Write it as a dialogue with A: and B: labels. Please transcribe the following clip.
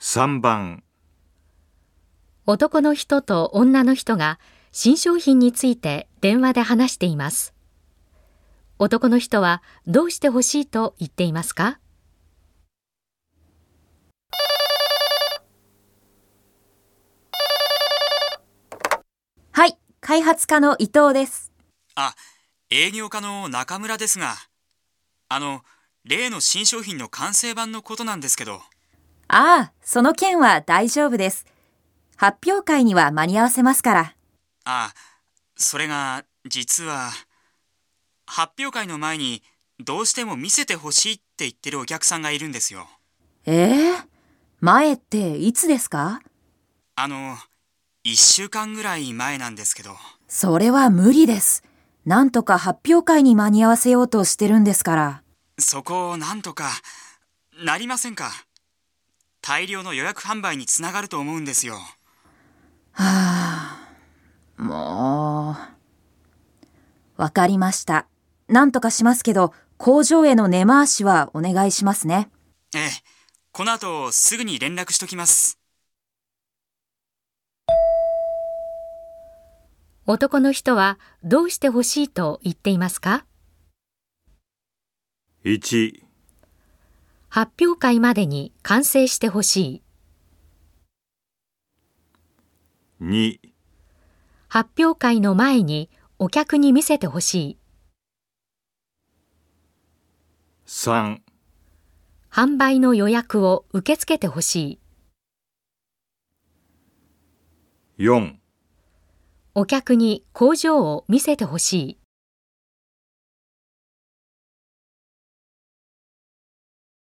A: 3番
B: 男の人と女の人が新商品について電話で話しています。男の人はどうして欲しいと言っていますか
C: はい、開発課の伊藤です。
D: あ、営業課の中村ですが、あの、例の新商品の完成版のことなんですけど、
C: ああ、その件は大丈夫です。発表会には間に合わせますから。
D: あ、それが、実は、発表会の前に、どうしても見せてほしいって言ってるお客さんがいるんですよ。
C: ええ前っていつですか
D: あの、一週間ぐらい前なんですけど、
C: それは無理です。なんとか発表会に間に合わせようとしてるんですから。
D: そこをなんとか、なりませんか。大量の予約販売につながると思うんですよ。
C: もう。わかりました。なんとかしますけど、工場への根回しはお願いしますね。
D: ええ、この後すぐに連絡しときます。
B: 男の人はどうして欲しいと言っていますか
A: 1
B: 発表会までに完成して欲しい。
A: 2
B: 発表会の前にお客に見せて欲しい。
A: 3
B: 販売の予約を受け付けて欲しい。
A: 4
B: お客に工場を見せて欲しい。